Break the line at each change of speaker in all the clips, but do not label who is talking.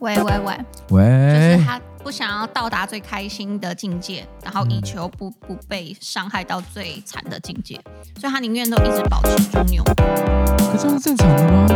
喂喂喂，就是
喂，
他不想要到达最开心的境界，然后以求不不被伤害到最惨的境界，所以他宁愿都一直保持中庸。
可这样是正常的吗？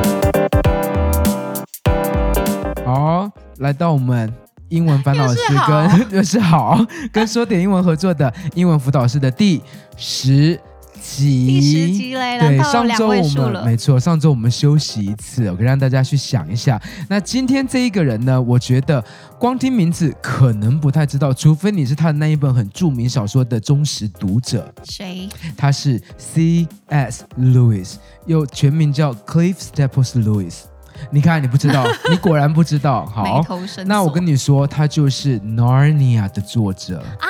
好，来到我们英文烦恼师
又是好
跟又是好 跟说点英文合作的英文辅导师的第十集，
第十集嘞，来
对，
到
上
两
周
位
我
数
们
了
没。错，上周我们休息一次，我可以让大家去想一下。那今天这一个人呢，我觉得光听名字可能不太知道，除非你是他的那一本很著名小说的忠实读者。
谁？
他是 C.S. Lewis，又全名叫 Cliff Staples Lewis。你看，你不知道， 你果然不知道。
眉
好，
头深锁。
那我跟你说，他就是《Narnia》的作者，
啊，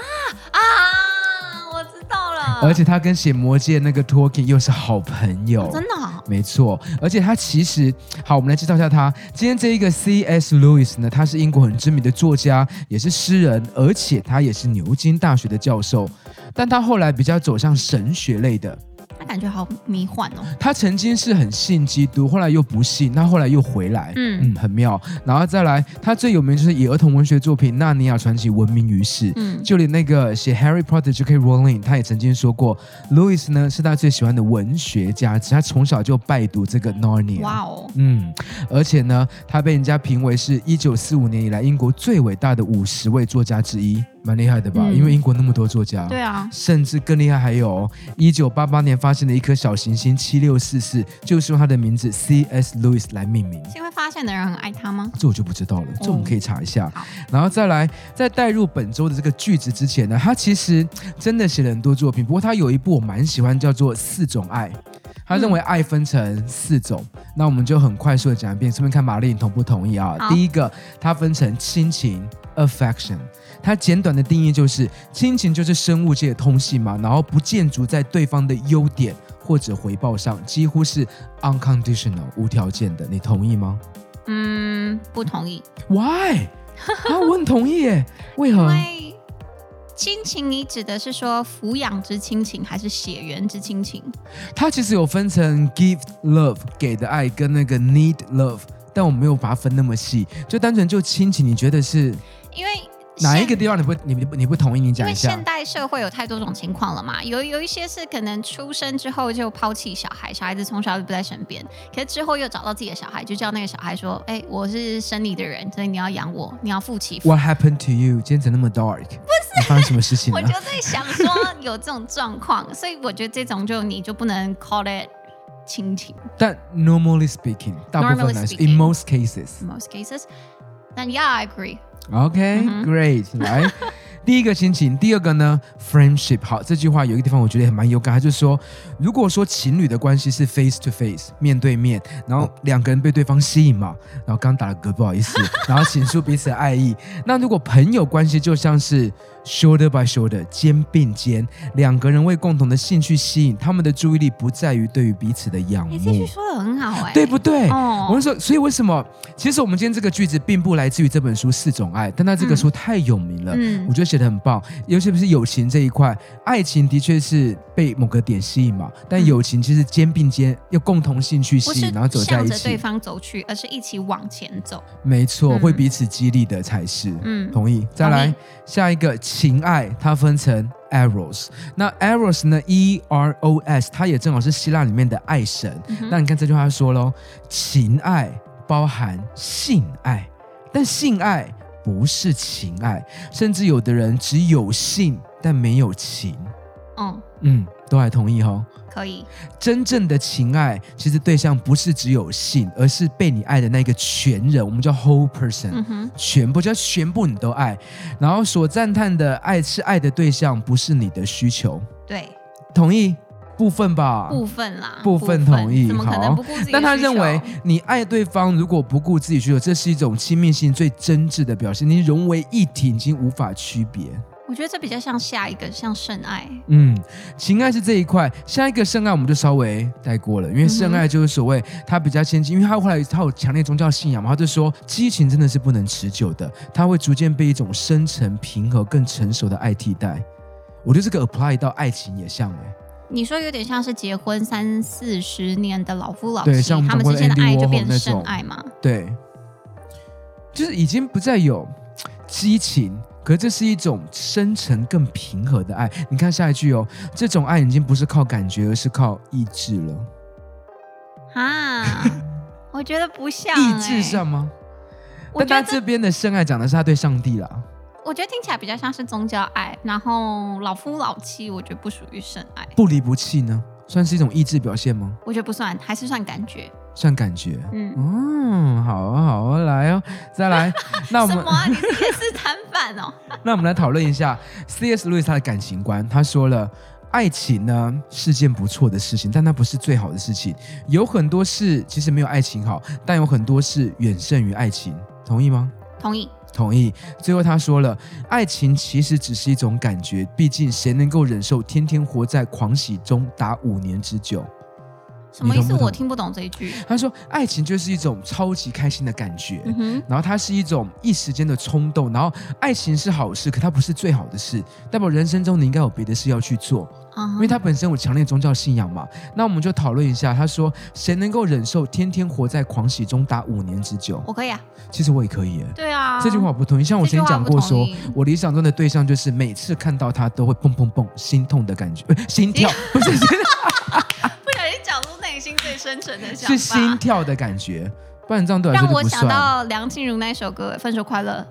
我知道了。
而且他跟写《魔戒》那个 Tolkien 又是好朋友。
哦真的哦、
没错，而且他其实好，我们来介绍一下他。今天这一个 C.S. Lewis 呢，他是英国很知名的作家，也是诗人，而且他也是牛津大学的教授。但他后来比较走向神学类的，
他感觉好迷幻哦。
他曾经是很信基督，后来又不信，那后来又回来，
嗯
嗯，很妙。然后再来，他最有名就是以儿童文学作品《纳尼亚传奇》闻名于世。
嗯，
就连那个写《Harry Potter》J.K. Rowling，他也曾经说过，Louis 呢是他最喜欢的文学家，他从小就拜读这个 Narnia。
哇哦，
嗯，而且呢，他被人家评为是一九四五年以来英国最伟大的五十位作家之一，蛮厉害的吧？
嗯
因为英国那么多作家，
对啊，
甚至更厉害，还有哦一九八八年发现的一颗小行星七六四四，就是用他的名字 C.S. Lewis 来命名。
是因为发现的人很爱他吗？
这我就不知道了，这我们
哦
可以查一下。
好
然后再来，在带入本周的这个句子之前呢，他其实真的写了很多作品，不过他有一部我蛮喜欢，叫做《四种爱》。他认为
嗯
爱分成四种，那我们就很快速的讲一遍，顺便看玛丽你同不同意啊？
好
第一个，它分成亲情 （affection），它简短的定义就是亲情就是生物界的通信嘛，然后不建筑在对方的优点或者回报上，几乎是 unconditional 无条件的，你同意吗？
嗯，不同意，
Why？啊，我很同意耶，为
因
何？
为亲情，你指的是说抚养之亲情，还是血缘之亲情？
它其实有分成 give love 给的爱跟那个 need love，但我没有把它分那么细，就单纯就亲情，你觉得是
因为
哪
现
一个地方你不你不你不同意？你
因
讲
为
一
现
下。
代社会有太多种情况了嘛，有有一些是可能出生之后就抛弃小孩，小孩子从小就不在身边，可是之后又找到自己的小孩，就叫那个小孩说：“哎、我是生你的人，所以你要养我，你要负起。
What happened to you？今天怎么那么 dark？不是，发生什么事”情啊
我
了
就？在想说有这种状况，所以我觉得这种就你就不能 call it 亲情
但 normally speaking，大部分来说
Normally
，in most cases，OK，great，、
in most cases。但 yeah I agree，嗯哼
great，来。 第一个亲情，第二个呢，friendship。好，这句话有一个地方我觉得也蛮有感，他就说，如果说情侣的关系是 face to face 面对面，然后两个人被对方吸引嘛，然后刚打了嗝，不好意 思，然后倾诉彼此的爱意。那如果朋友关系就像是 shoulder by shoulder 肩并肩，两个人为共同的兴趣吸引，他们的注意力不在于对于彼此的仰
你、这句
慕，
说的很好哎、
嗯对不对？
哦
我们说，所以为什么？其实我们今天这个句子并不来自于这本书《四种爱》，但它这个书太有名了，
嗯
我觉得写的很棒。尤其是友情这一块，爱情的确是被某个点吸引嘛，但友情其实肩并肩，要共同兴趣
不嗯
吸
是
引，然后走在
向
一
着对
起，
方走去，而是一起往前走。
没错，
嗯
会彼此激励的才是。
嗯，
同意，再
同
来
意
下一个情爱，它分成 eros，那 eros 呢，e r o s，它也正好是希腊里面的爱神，
嗯哼
那你看这句话说喽，情爱包含性爱，但性爱不是情爱，甚至有的人只有性但没有情。
嗯，
嗯，都还同意哦。
可以。
真正的情爱，其实对象不是只有性，而是被你爱的那个全人，我们叫 whole person。
嗯哼，
全部，就全部你都爱，然后所赞叹的爱是爱的对象，不是你的需求，
对。
同意部分吧？
部分啦，
部分同意
怎么可能
好
不顾自己的需求？
但他认为你爱对方如果不顾自己需求，这是一种亲密性最真挚的表现，你融为一体，已经无法区别。
我觉得这比较像下一个，像圣爱，
嗯，情爱是这一块，下一个圣爱我们就稍微带过了，因为圣爱就是所谓他比较先进，因为他后来他有强烈宗教信仰嘛，他就说激情真的是不能持久的，它会逐渐被一种深沉、平和、更成熟的爱替代。我觉得这个 apply 到爱情也像哎、
你说有点像是结婚三四十年的老夫老
对
妻
像我，们
他们
讲过
之
的
间的
Andy
爱就
Warhol
变
那
成
种
爱嘛？
对，就是已经不再有激情，可是这是一种深沉、更平和的爱。你看下一句哦，这种爱已经不是靠感觉，而是靠意志了。
啊，我觉得不像、
意志
欸
上吗？
我
但
觉
他
得
这边的深爱讲的是他对上帝啦。
我觉得听起来比较像是宗教爱，然后老夫老妻，我觉得不属于圣爱，
不离不弃呢，算是一种意志表现吗？
我觉得不算，还是算感觉。
算感觉。
嗯，
嗯，好啊，好啊，来哦，再来。那我
什
们
么、啊？你是也是摊贩哦？
那我们来讨论一下 C.S. 路易斯他的感情观。他说了，爱情呢是件不错的事情，但它不是最好的事情。有很多事其实没有爱情好，但有很多事远胜于爱情。同意吗？
同意。
同意。最后他说了，爱情其实只是一种感觉，毕竟谁能够忍受天天活在狂喜中达五年之久？
什么意
你
思？
懂不懂
我听不懂这一句。
他说，爱情就是一种超级开心的感觉。
嗯哼，
然后它是一种一时间的冲动，然后爱情是好事，可它不是最好的事，代表人生中你应该有别的事要去做，
啊
因为它本身有强烈的宗教信仰嘛。那我们就讨论一下，他说谁能够忍受天天活在狂喜中达五年之久？
我可以啊。
其实我也可以耶。
对啊，
这句话我不同意，像我之前讲过
这句话
说
我不同意，
我理想中的对象就是每次看到他都会砰砰砰心痛的感觉，呃心 跳不是是
不小心讲出内心最深沉的想法，
是心跳的感觉，不然这样对我来
让
说
我
就不
想
算
到梁静茹那首歌《分手快乐》，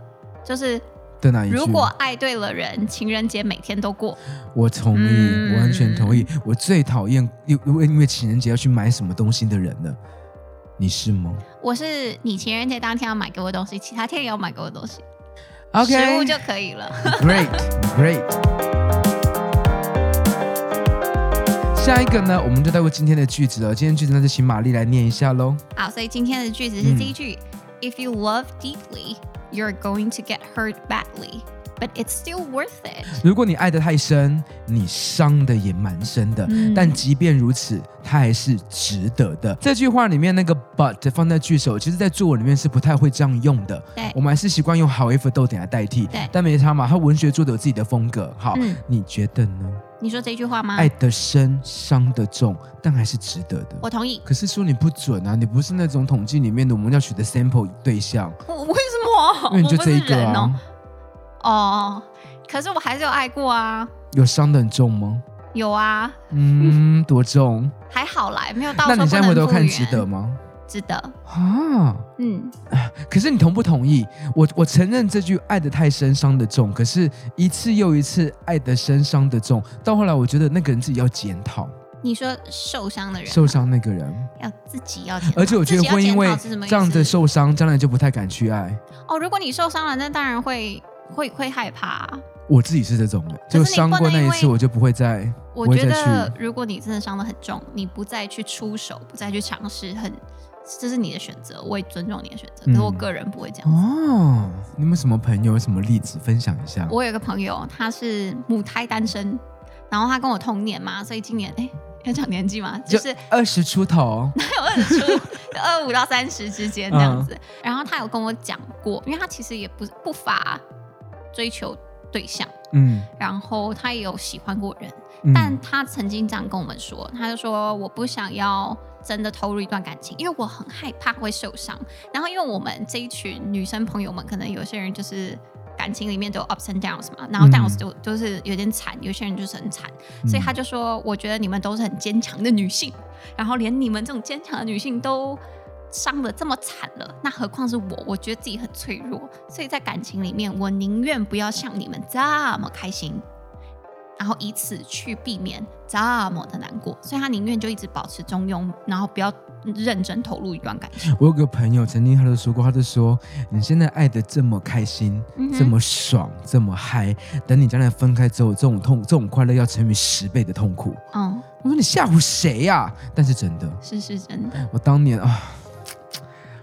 就是
的那一句。
如果爱对了人，情人节每天都过。
我同意，
嗯
我完全同意。我最讨厌因因为因为情人节要去买什么东西的人了，你是吗
我是你情人节当天要买给我的东西，其他天也要买给我的东西
？OK，
食物就可以 了。
great great。下一个呢，我们就带过今天的句子了。今天句子呢，就请玛丽来念一下喽。
好，所以今天的句子
嗯
是第一句、i f you love deeply, you're going to get hurt badly, but it's still worth it。
如果你爱的太深，你伤的也蛮深的。
嗯
但即便如此，它还是值得的。这句话里面那个 but 放在句首，其实在作文里面是不太会这样用的。
对
我们还是习惯用 however 逗 E 点来代替。
对
但没差嘛，他文学作者有自己的风格。好，
嗯啊
你觉得呢？
你说这句话吗？
爱的深，伤的重，但还是值得的。
我同意。
可是说你不准啊，你不是那种统计里面的我们要取的 sample 对象，
我为什么？
因为你就
哦我不
这
是
一个
人
啊。
哦。哦，可是我还是有爱过啊，
有伤的很重吗？
有啊，
嗯，多重？
还好啦，没有到说
那你
不
现在回
能
头
复
看
原。
值得吗？
值得，
啊，
嗯，
可是你同不同意？我我承认这句“爱得太深，伤得重”，可是一次又一次爱得深，伤得重，到后来我觉得那个人自己要检讨
你说受伤 的人
受伤那个人，
要自己要检讨，
而且我觉得
啊自己要
会因为
检讨是什么意思
这样子受伤，将来就不太敢去爱。
哦，如果你受伤了，那当然会会会害怕啊、
我自己是这种的，
可是
就
你
伤
不
过
能
那一
因
次，
为
我就不会再，
我
不会
觉
再
得
去。
如果你真的伤得很重，你不再去出手，不再去尝试，很这是你的选择，我也尊重你的选择。可是我
嗯
个人不会这样子。
哦，你有没有什么朋友，有什么例子分享一下？
我有一个朋友，他是母胎单身，然后他跟我同年嘛，所以今年哎、要讲年纪嘛，就是
二十出头，
二十出二五到三十之间这样子。然后他有跟我讲过，因为他其实也不是不乏追求对象，
嗯，
然后他也有喜欢过人，
嗯
但他曾经这样跟我们说，他就说我不想要真的投入一段感情，因为我很害怕会受伤。然后因为我们这一群女生朋友们，可能有些人就是。感情里面都有 ups and downs 嘛，然后
嗯
downs 就、就是有点惨，有些人就是很惨，所以他就说，我觉得你们都是很坚强的女性，然后连你们这种坚强的女性都伤的这么惨了，那何况是我？我觉得自己很脆弱，所以在感情里面，我宁愿不要像你们这么开心，然后以此去避免这么的难过，所以他宁愿就一直保持中庸，然后不要认真投入一段感情。
我有个朋友曾经他就说过，他就说你现在爱的这么开心，
嗯哼
这么爽，这么嗨，等你将来分开之后，这种痛，这种快乐要乘以十倍的痛苦。
嗯，
我说你吓唬谁呀、但是真的，
是是真 的，
我当年啊，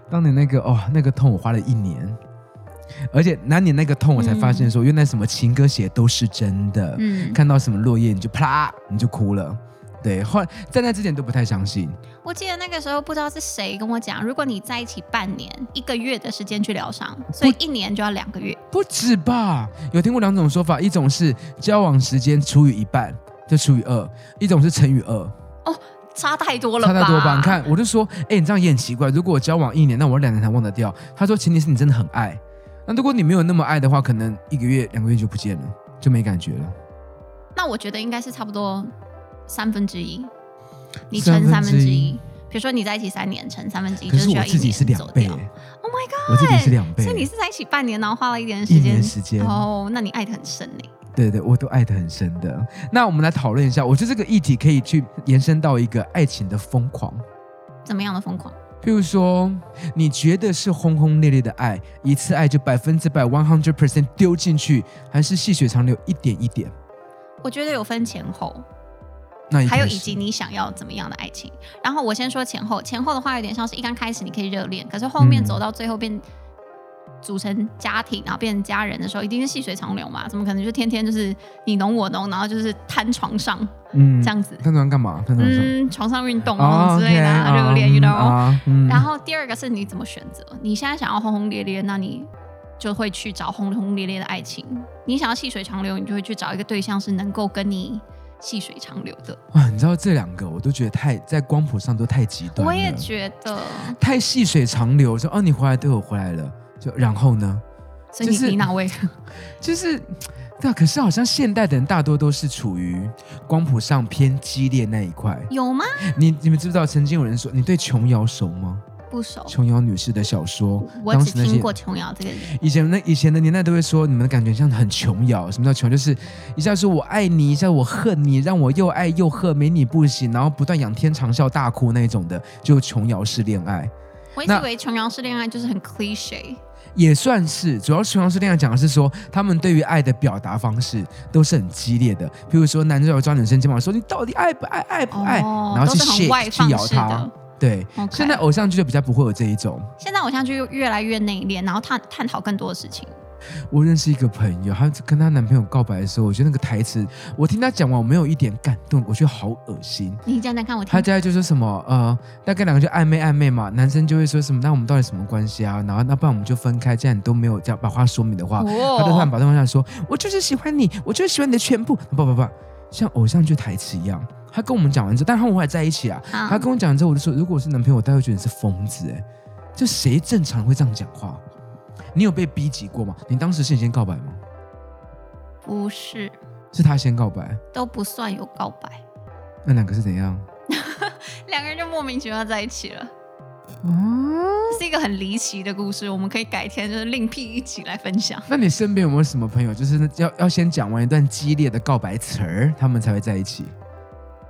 当年那个哦，那个痛我花了一年。而且那年那个痛，我才发现说，原来什么情歌写都是真的。
嗯
看到什么落叶你就啪你就哭了，对。后来在那之前都不太相信，
我记得那个时候不知道是谁跟我讲，如果你在一起半年、一个月的时间去疗伤，所以一年就要两个月。
不止吧？有听过两种说法，一种是交往时间除以一半就除以二，一种是乘以二。
差太多了
差
吧？
太多吧？你看，我就说，哎、你这样也很奇怪。如果我交往一年，那我两年才忘得掉。他说，前提是你真的很爱。那如果你没有那么爱的话，可能一个月、两个月就不见了，就没感觉了。
那我觉得应该是差不多三分之一，你
三
乘
分
三分
之
之
一
一。比如说你在一起三年，乘三分之一
可
就是
是
需
我
要一
自己
年
是两
走
倍、欸
掉。Oh my god！
我自己是两倍
所以你是在一起半年，然后花了一点
一
时间
年。时间。
哦，那你爱的很深呢。
对对，我都爱得很深的。那我们来讨论一下，我觉得这个议题可以去延伸到一个爱情的疯狂。
怎么样的疯狂？
譬如说，你觉得是轰轰烈烈的爱，一次爱就百分之百 one hundred percent 丢进去，还是细水长流一点一点？
我觉得有分前后，
那一
还有
开
以
始
及你想要怎么样的爱情。然后我先说前后，前后的话有点像是一刚开始你可以热恋，可是后面
嗯
走到最后变组成家庭，然后变成家人的时候，一定是细水长流嘛？怎么可能就天天就是你侬我侬，然后就是瘫床上
嗯
这样子？
看床干嘛？看床上。
嗯，床上运动
哦
啊之类的啊
OK，
热恋，you
嗯
know。
啊嗯
然后第二个是你怎么选择？你现在想要轰轰烈烈，那你就会去找轰轰烈烈的爱情；你想要细水长流，你就会去找一个对象是能够跟你细水长流的。
哇，你知道这两个我都觉得太在光谱上都太极端了，
我也觉得，
太细水长流，说哦你回来对我回来了，就然后呢，
所以你、
就是
你哪位？
就是。对啊，可是好像现代的人大多都是处于光谱上偏激烈那一块。
有吗？
你你们知不知道曾经有人说你对琼瑶熟吗？
不熟，
琼瑶女士的小说，
我
当
只
时那
听
些
过琼瑶这个人。
以前那以前的年代都会说你们的感觉像很琼瑶。什么叫琼瑶？就是一下说我爱你，一下我恨你，让我又爱又恨，没你不行，然后不断仰天长啸大哭那种的，就琼瑶式恋爱。
我一直
那
以为琼瑶式恋爱就是很 cliche，
也算是，主要琼瑶式恋爱讲的是说，他们对于爱的表达方式都是很激烈的，比如说男主角抓女生肩膀说你到底爱不爱，爱不爱，
哦，
哎然后
都
去
是很
shake
外
去
放
咬
式
她
的。。
对
OK
现在偶像剧就比较不会有这一种。
现在偶像剧又越来越内敛，然后探探讨更多的事情。
我认识一个朋友，她跟她男朋友告白的时候，我觉得那个台词，我听她讲完，我没有一点感动，我觉得好恶心。
你讲讲看，我听
她接下来就说什么，呃，大概两个就暧昧暧昧嘛，男生就会说什么，那我们到底什么关系啊？然后那不然我们就分开，既然你都没有这样把话说明的话，她就突然
哦，
把对方向说，我就是喜欢你，我就是喜欢你的全部，不不不，像偶像剧台词一样。她跟我们讲完之后，但他们后来在一起啊。
啊
她跟我讲完之后，我就说，如果我是男朋友，我大概会觉得你是疯子哎、就谁正常会这样讲话？你有被逼急过吗？你当时是你先告白吗？
不是，
是他先告白，
都不算有告白，
那两个是怎样？
两个人就莫名其妙在一起了，
啊？
这是一个很离奇的故事，我们可以改天就是另辟一集来分享。
那你身边有没有什么朋友，就是要要先讲完一段激烈的告白词儿，他们才会在一起？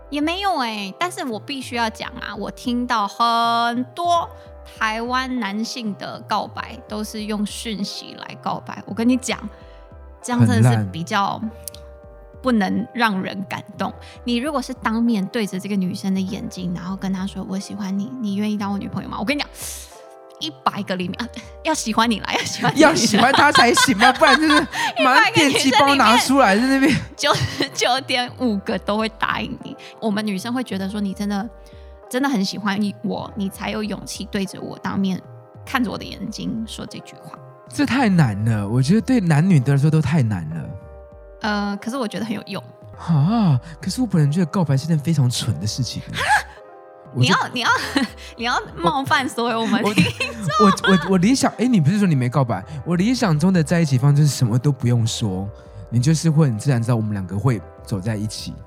也没有哎、但是我必须要讲啊，我听到很多台湾男性的告白都是用讯息来告白，我跟你讲，这样真的
很
是
烂
比较。不能让人感动。你如果是当面对着这个女生的眼睛，然后跟她说“我喜欢你，你愿意当我女朋友吗？”我跟你讲，一百个里面、啊、要喜欢你啦，要喜欢你
要喜欢他才行吧，不然就是马上电击包拿出来在那边。
九九点五个都会答应你。我们女生会觉得说你真的真的很喜欢你我，你才有勇气对着我当面看着我的眼睛说这句话。
这太难了，我觉得对男女的来说都太难了
呃，可是我觉得很有用。
啊！可是我本人觉得告白是件非常蠢的事情。啊我
你
就
要你要 你要冒犯所有我们
我我我我理想，哎，你不是说你没告白？我理想中的在一起方就是什么都不用说，你就是会很自然知道我们两个会走在一起。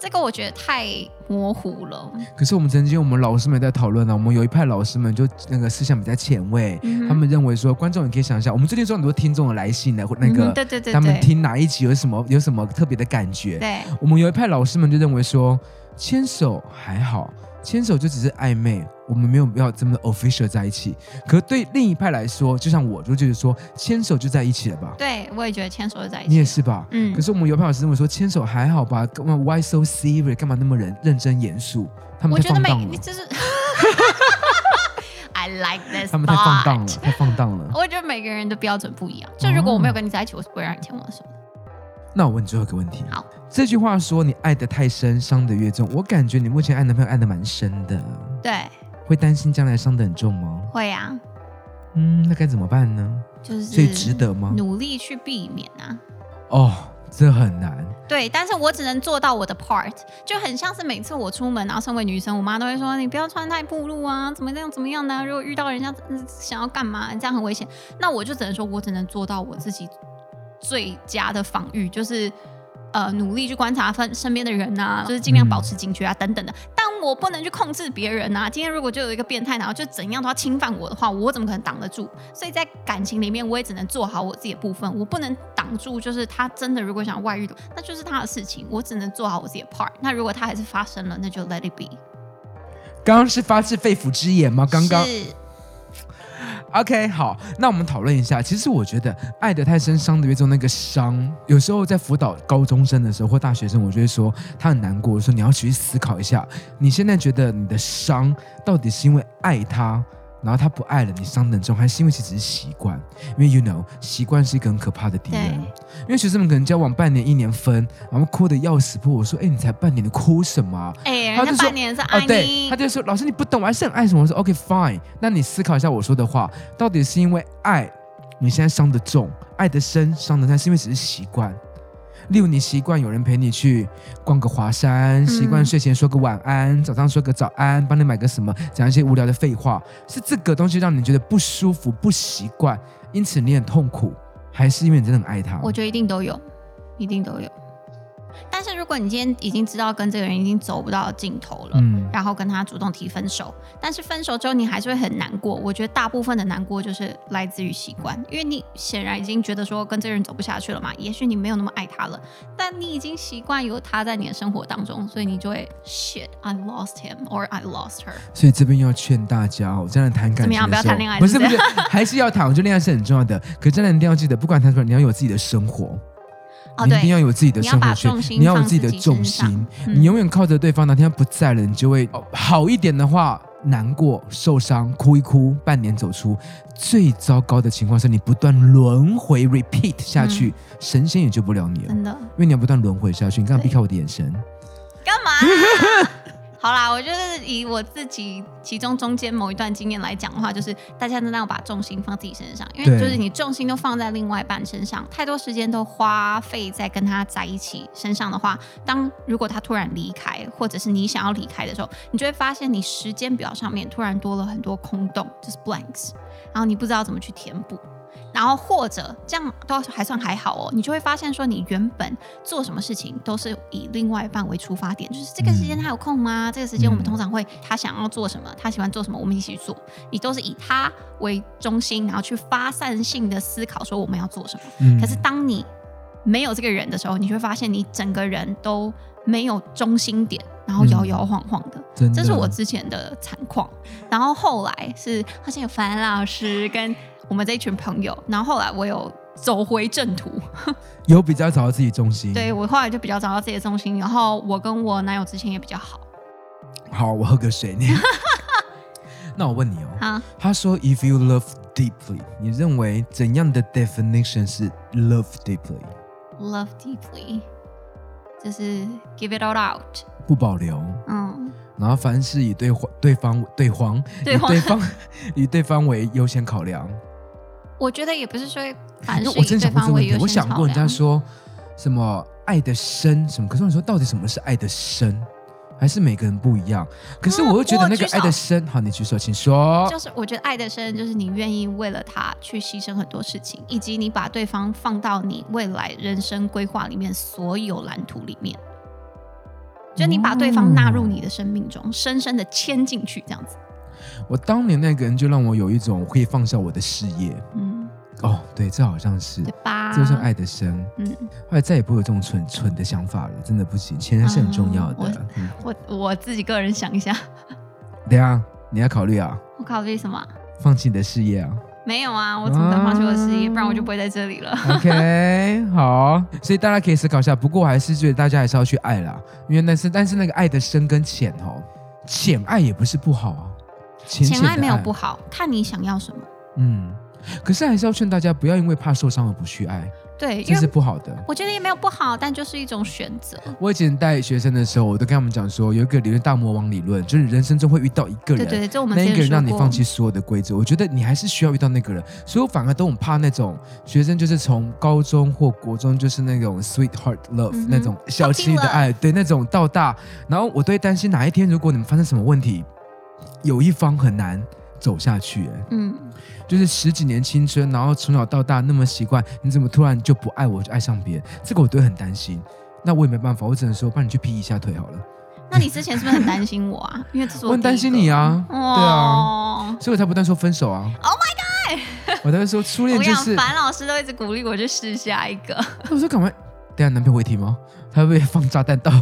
这个我觉得太模糊了。
可是我们曾经我们老师们也在讨论啊呢、我们有一派老师们就那个思想比较前卫，
嗯哼
他们认为说观众你可以想一下，我们最近收到很多听众的来信呢，或那个、
嗯对对对
他们
对
听哪一集有什么有什么特别的感觉。
对，
我们有一派老师们就认为说，牵手还好，牵手就只是暧昧，我们没有要这么的 official 在一起。可是对另一派来说，就像我就觉得说，牵手就在一起了吧？
对我也觉得牵手就在一
你
起。
也是吧？
嗯
可，是我们有一派老师认为说，牵手还好吧？干嘛 why so serious？干嘛那么认认真严肃？他
我
们
觉得
太放
每
荡了
你。就是 I like this，
他们太放
part
荡了，太放荡了。
我觉得每个人的标准不一样。就如果我没有跟你在一起，我是不会让你牵我的手的。
那我问你最后一个问题。
好，
这句话说你爱的太深，伤的越重。我感觉你目前爱男朋友爱的蛮深的，
对，
会担心将来伤的很重吗？
会啊，
嗯，那该怎么办呢？
就是嗯
所以值得吗？
努力去避免啊。
哦，这很难。
对，但是我只能做到我的 part，就很像是每次我出门，然后身为女生，我妈都会说你不要穿太暴露啊，怎么样怎么样的啊、如果遇到人家嗯想要干嘛，这样很危险。那我就只能说，我只能做到我自己最佳的防御，就是呃努力去观察身身边的人啊，就是
嗯
尽量保持警觉啊、等等的。但我不能去控制别人啊。今天如果就有一个变态，然后就怎样都要侵犯我的话，我怎么可能挡得住？所以在感情里面，我也只能做好我自己的部分，我不能挡住。就是他真的如果想外遇的，那就是他的事情，我只能做好我自己的 part。那如果他还是发生了，那就 let it be。
刚刚是发自肺腑之言吗？刚刚
是
OK，好，那我们讨论一下。其实我觉得“爱得太深，伤得越重”那个伤，有时候在辅导高中生的时候或大学生，我就会说他很难过，我说你要去思考一下，你现在觉得你的伤到底是因为爱他，然后他不爱了，你伤得很重，还是因为其实是习惯？因为 you know，习惯是一个很可怕的敌人
对。
因为学生们可能交往半年、一年分，然后哭得要死不活，我说：“哎，你才半年，你哭什么啊、
哎、
他
人
就
家
说
半年是
哦
爱，
对，
你，
他就说老师你不懂，我还是很爱什么。我说 OK fine，那你思考一下我说的话，到底是因为爱你现在伤得重，爱得深，伤得淡，是因为只是习惯。例如你习惯有人陪你去逛个华山，习
嗯
惯睡前说个晚安，早上说个早安，帮你买个什么，讲一些无聊的废话，是这个东西让你觉得不舒服、不习惯，因此你很痛苦，还是因为你真的很爱他？
我觉得一定都有，一定都有。但是如果你今天已经知道跟这个人已经走不到尽头了，
嗯，
然后跟他主动提分手，但是分手之后你还是会很难过。我觉得大部分的难过就是来自于习惯，因为你显然已经觉得说跟这个人走不下去了嘛，也许你没有那么爱他了，但你已经习惯有他在你的生活当中，所以你就会 shit I lost him or I lost her。
所以这边要劝大家哦，真的谈
怎
感情的时候
么样不要谈恋爱
不是
是
不
不
是，还是要谈。我觉得恋爱是很重要的，可真的一定要记得，不管谈什么，你要有自己的生活，
哦，
你一定
对，
要有自己的生活圈
你要把重，心
你要有自己的重
放自己身
心
上。嗯
你永远靠着对方，哪天他不在了，你就会哦好一点的话，难过、受伤、哭一哭，半年走出。最糟糕的情况是你不断轮回 repeat 下去，
嗯
神仙也救不了你了，
真的
因为你要不断轮回下去。你刚刚避开我的眼神，
干嘛、啊好啦，我就是以我自己其中中间某一段经验来讲的话，就是大家真的要把重心放自己身上，因
对
为就是你重心都放在另外一半身上，太多时间都花费在跟他在一起身上的话，当如果他突然离开，或者是你想要离开的时候，你就会发现你时间表上面突然多了很多空洞，就是 blanks，然后你不知道怎么去填补。然后或者这样都还算还好哦，你就会发现说你原本做什么事情都是以另外一半为出发点，就是这个时间他有空吗？这个时间我们
嗯
通常会他想要做什么，他喜欢做什么，我们一起去做。你都是以他为中心，然后去发散性的思考说我们要做什么。
嗯
可是当你没有这个人的时候，你就会发现你整个人都没有中心点，然后摇摇晃晃的。
嗯真的
这是我之前的惨况。然后后来是好像有樊老师跟我们这一群朋友，然后后来我有走回正 途，
有比较找到自己重心。
对我后来就比较找到自己的重心，然后我跟我男友之前也比较好
好，我喝个 水。你那我问你哦，
啊。
他说，If you love deeply，你认为怎样的 definition 是 love deeply？
Love deeply，就是 give it all out。
不保留，
嗯，
然后凡事以对方对方对方
对方
以对方 以对方为优先考量。
我觉得也不是说凡
因
事
为我真
以对
的想过这
方
个问
为
题
优，
我
先
想
考
过人
量
家。说什么爱的深什么，可是我说到底什么是爱的深？还是每个人不一样，可是
嗯
我又觉得
我
那个
举手
爱的深，好，你举手，请说。
就是我觉得爱的深，就是你愿意为了他去牺牲很多事情，以及你把对方放到你未来人生规划里面所有蓝图里面，就你把对方纳入
嗯
你的生命中，深深的牵进去，这样子。
我当年那个人就让我有一种可以放下我的事业。
嗯，
哦，对，这好像是
对，啊吧？
这就像爱的深。
嗯，
后来再也不会有这种蠢蠢的想法了，真的不行，钱还是很重要的。
嗯
嗯
我我自己个人想一下，
等一下你要考虑啊，
我考虑什么啊？
放弃你的事业啊。
没有啊，我怎么能放弃我的事业？
啊
不然我就不会在这里了。
OK，好， 所以大家可以思考一下。不过我还是觉得大家还是要去爱啦，因为那是但是那个爱的深跟浅哦，浅爱也不是不好啊，浅
前
的
爱没有不好，看你想要什么。
嗯，可是还是要劝大家不要因为怕受伤而不去爱。
对，
这
因为
是不好的。
我觉得也没有不好，但就是一种选择。
我以前带学生的时候，我都跟他们讲说，有一个理论大魔王理论，就是人生中会遇到一
对
个人，
对，这我们
那
之
一
前
个人
说
让你
过
放弃所有的规则，我觉得你还是需要遇到那个人，所以我反而都很怕那种学生，就是从高中或国中就是那种 sweetheart love、
嗯哼
那种小情侣的爱，对那种到大，然后我都会担心哪一天如果你们发生什么问题，有一方很难走下去、哎
嗯，
就是十几年青春，然后从小到大那么习惯，你怎么突然就不爱我，就爱上别人？这个我都会很担心。那我也没办法，我只能说帮你去劈一下腿好了。
那你之前是不是很担心我 啊？因为这是
我很
第一
担心
个
你啊，对啊。
哦，
所以我才不断说分手啊。
Oh
my god！我才会说初
我
恋
跟你
就
讲，
是，
樊老师都一直鼓励我去试下一个，
我说赶快，等一下男朋友会听吗？他会不会放炸弹到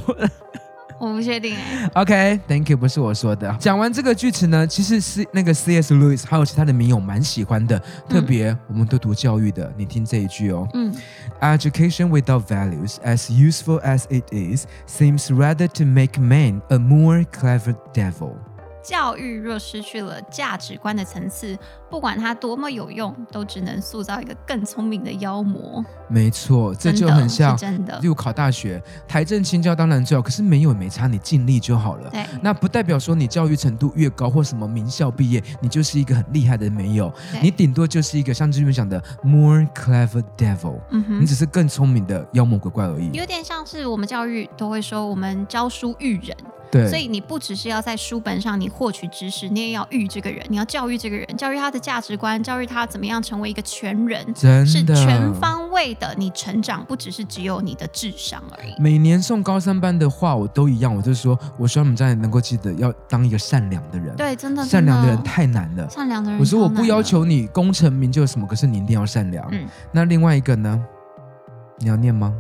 我不确定哎、
？OK，Thank、you，不是我说的。讲完这个句子呢，其实是那个 C.S. Lewis 还有其他的名友蛮喜欢的，特别我们都读教育的，你听这一句哦。
嗯
Education without values, as useful as it is, seems rather to make man a more clever devil.
教育若失去了价值观的层次，不管它多么有用，都只能塑造一个更聪明的妖魔。
没错，这
真
就
的
很像
是真的
例，如考大学，台政青教当然最好，可是没有也没差，你尽力就好了。
对，
那不代表说你教育程度越高或什么名校毕业，你就是一个很厉害的人没有，
对
你顶多就是一个像之前讲的 more clever devil，、
嗯
你
哼。
只是更聪明的妖魔鬼怪而已。
有点像是我们教育都会说，我们教书育人，
对，
所以你不只是要在书本上你获取知识，你也要育这个人，你要教育这个人，教育他的价值观，教育他怎么样成为一个全人，
真
是
的
全方位的你成长，不只是只有你的智商而已。
每年送高三班的话，我都一样，我就说，我希望你们将来能够记得要当一个善良的人。，
对，真的
善良的人
真
太难了。
善良的人，
我说我不要，求你功成名就什么，可是你一定要善良。
啊嗯，
那另外一个呢？你要念吗？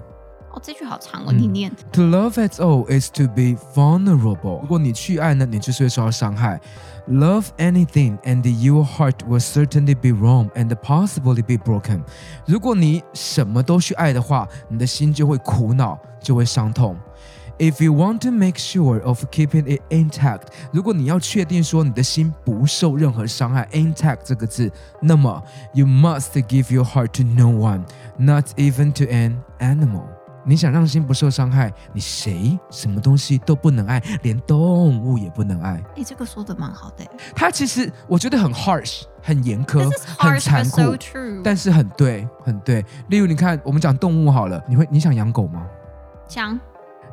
哦，这句好长哦，你
嗯
念，
To love at all is to be vulnerable。如果你去爱呢，你就是会受到伤害。Love anything and your heart will certainly be wrong and possibly be broken。如果你什么都去爱的话，你的心就会苦恼，就会伤痛。If you want to make sure of keeping it intact，如果你要确定说你的心不受任何伤害，intact 这个字，那么 you must give your heart to no one，not even to an animal。你想让心不受伤害，你谁什么东西都不能爱，连动物也不能爱。
哎，这个说的蛮好的欸，
它其实我觉得很 harsh，很严苛
This is，
很
harsh
残
but
酷
so，true。
但是很对，很对。例如，你看我们讲动物好了，你会你想养狗吗？
讲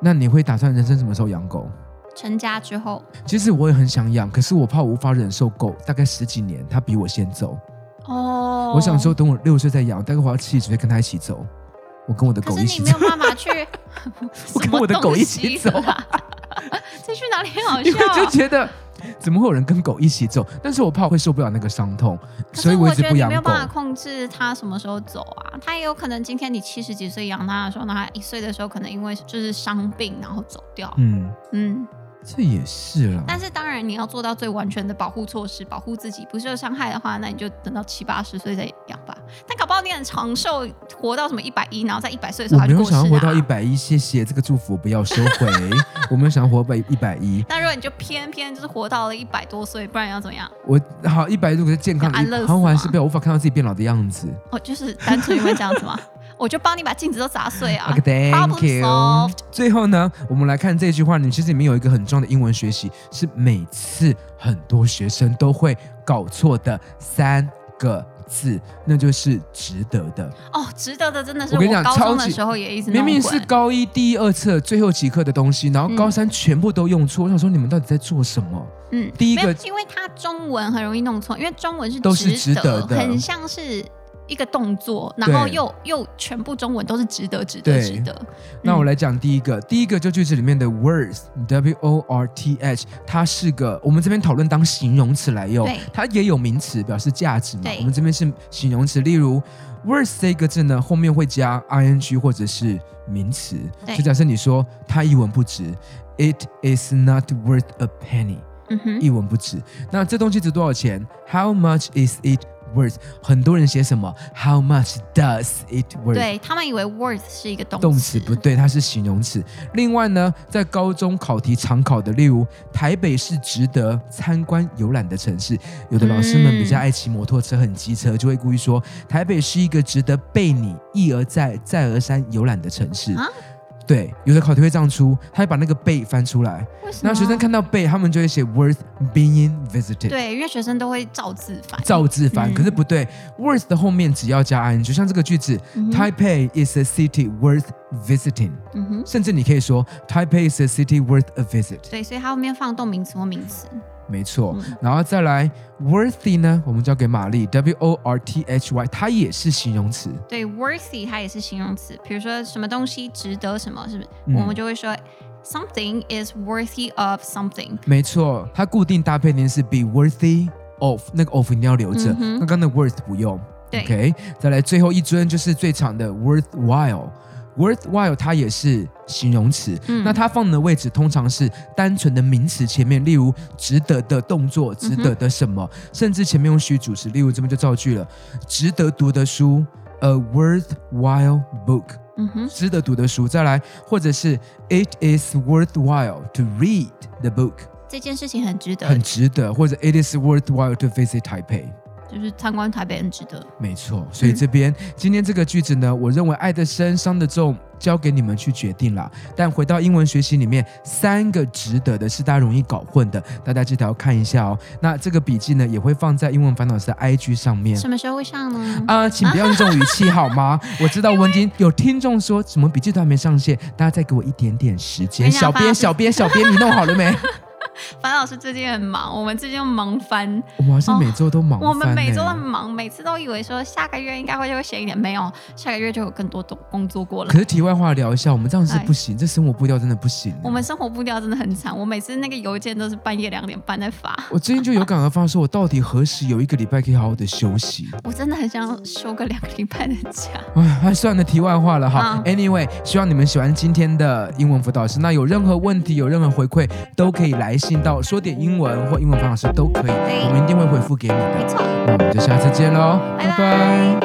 那你会打算人生什么时候养狗？
成家之后，
其实我也很想养，可是我怕我无法忍受狗，大概十几年，它比我先走。
哦，
我想说，，等我六岁再养，大概我要七十岁跟它一起走，我跟我的
可
狗
是
一
你
起
没
走，
有。办法去
我跟我的狗一起走
什么东西 啦，这去哪里很好
因为
笑
就
啊？
觉得怎么会有人跟狗一起走？但是我怕我会受不了那个伤痛，
可
所
是
以
我
一直
觉得
不
你
养
没有
狗。
办法控制它什么时候走啊，它也有可能今天你七十几岁养它的时候，那它一岁的时候可能因为就是伤病然后走掉。
嗯，
嗯，
这也是啦。
但是当然你要做到最完全的保护措施，保护自己，不受伤害的话，那你就等到七八十岁再养吧。但搞不好你很长寿，活到什么一百一，然后在一百岁的时
我
候它
没
就过
有
世
想
啊。
要活到一百一，谢谢这个祝福，不要收回。 我没有想要活到一百一，
那如果你就偏偏就是活到了一百多岁，不然要怎么样？
我好一百如果是健康
安乐
的，
死
好像我还是
吗
被我无法看到自己变老的样子。
哦，就是单纯因为这样子 吗？我就帮你把镜子都砸碎啊
OK, thank
Problem
you
solved。。
最后呢，我们来看这句话，你其实里面有一个很重要的英文学习，是每次很多学生都会搞错的三个字，那就是值得的。
哦，值得的真的是
我跟你讲
高
超
中
级
的时候也一直弄
明
混
明是高一第一、二册最后几课的东西，然后高三全部都用错，我想说你们到底在做什么？
嗯，
第一
没有
个
因为它中文很容易弄错，因为中文是
都是值
值
得的
很像是一个动作，然后
对
又又全部中文都是值得，值
对
得，值得。
那
嗯
我来讲第一个，第一个就句子里面的 words w o r t h，它是个我们这边讨论当形容词来用
对，
它也有名词表示价值嘛
对。
我们这边是形容词，例如 words 这个字呢，后面会加 i n g 或者是名词。
对
就假设你说它一文不值，it is not worth a penny，
嗯哼，
一文不值。那这东西值多少钱？How much is it worth，很多人写什么 How much does it worth？
对他们以为 worth 是一个动词，
动词不对，它是形容词。另外呢，在高中考题常考的，例如台北是值得参观游览的城市，有的老师们比较爱骑摩托车，很机车，就会故意说台北是一个值得被你一而再、再而三游览的城市。
啊
对，有的考题会这样出，他会把那个被翻出来，
为什么？
那学生看到被，他们就会写 worth being visited。
对，因为学生都会照字反，
造字翻，
嗯
可是不对，worth 的后面只要加 ing，像这个句子、
嗯哼
t a i p e i is a city worth visiting，
嗯哼，
甚至你可以说 Taipei is a city worth a visit，
对，所以它后面放动名词或名词，
没错。
嗯
然后再来 worthy 呢，我们交给玛丽，W O R T H Y，它也是形容词，
对，worthy 它也是形容词，比如说什么东西值得什么，是不是？
嗯
我们就会说 something is worthy of something。
没错，它固定搭配的是 be worthy of，那个 of 一定要留着，
嗯哼
刚刚的 worth 不用。
对
OK，再来最后一尊就是最长的 worthwhile。worthwhile 它也是形容词，
嗯
那它放的位置通常是单纯的名词前面，例如值得的动作、
嗯
值得的什么，甚至前面用虚主词，例如这边就造句了：值得读的书，a worthwhile book，
嗯哼，
值得读的书。再来，或者是 it is worthwhile to read the book，
这件事情很值得，
很值得，或者 it is worthwhile to visit Taipei。
就是参观台北很值得。
没错，所以
嗯
这边、今天这个句子呢，我认为爱的深，伤的重，交给你们去决定啦。但回到英文学习里面，三个值得的是大家容易搞混的，大家记得要看一下哦。那这个笔记呢，也会放在英文烦恼师的 IG 上面。
什么时候会上呢？
啊、请不要用这种语气 好吗？我知道文婷有听众说什么笔记都还没上线，大家再给我一点点时间。
没想
小
到
编，小编，小编，你弄好了 没？
樊老师最近很忙，我们最近又忙翻，
我们好像每周都忙、翻
哦我们每
呢
周都很忙，每次都以为说下个月应该会就会闲一点，没有，下个月就有更多工工作 过了
可。是题外话聊一下，我们这样是不行，这生活步调真的不行。
哎我们生活步调真的很惨，我每次那个邮件都是半夜两点半在发，
我最近就有感而发，说我到底何时有一个礼拜可以好好的休息？
我真的很想休个两个礼拜的假。
哎，哎算了，题外话了哈
嗯。
Anyway，希望你们喜欢今天的英文辅导师。那有任何问题、有任何回馈，都可以来信到说点英文或英文辅导师都可以，
对
我们一定会回复给你的。
没错。
那我们就下次见喽，
拜拜
拜拜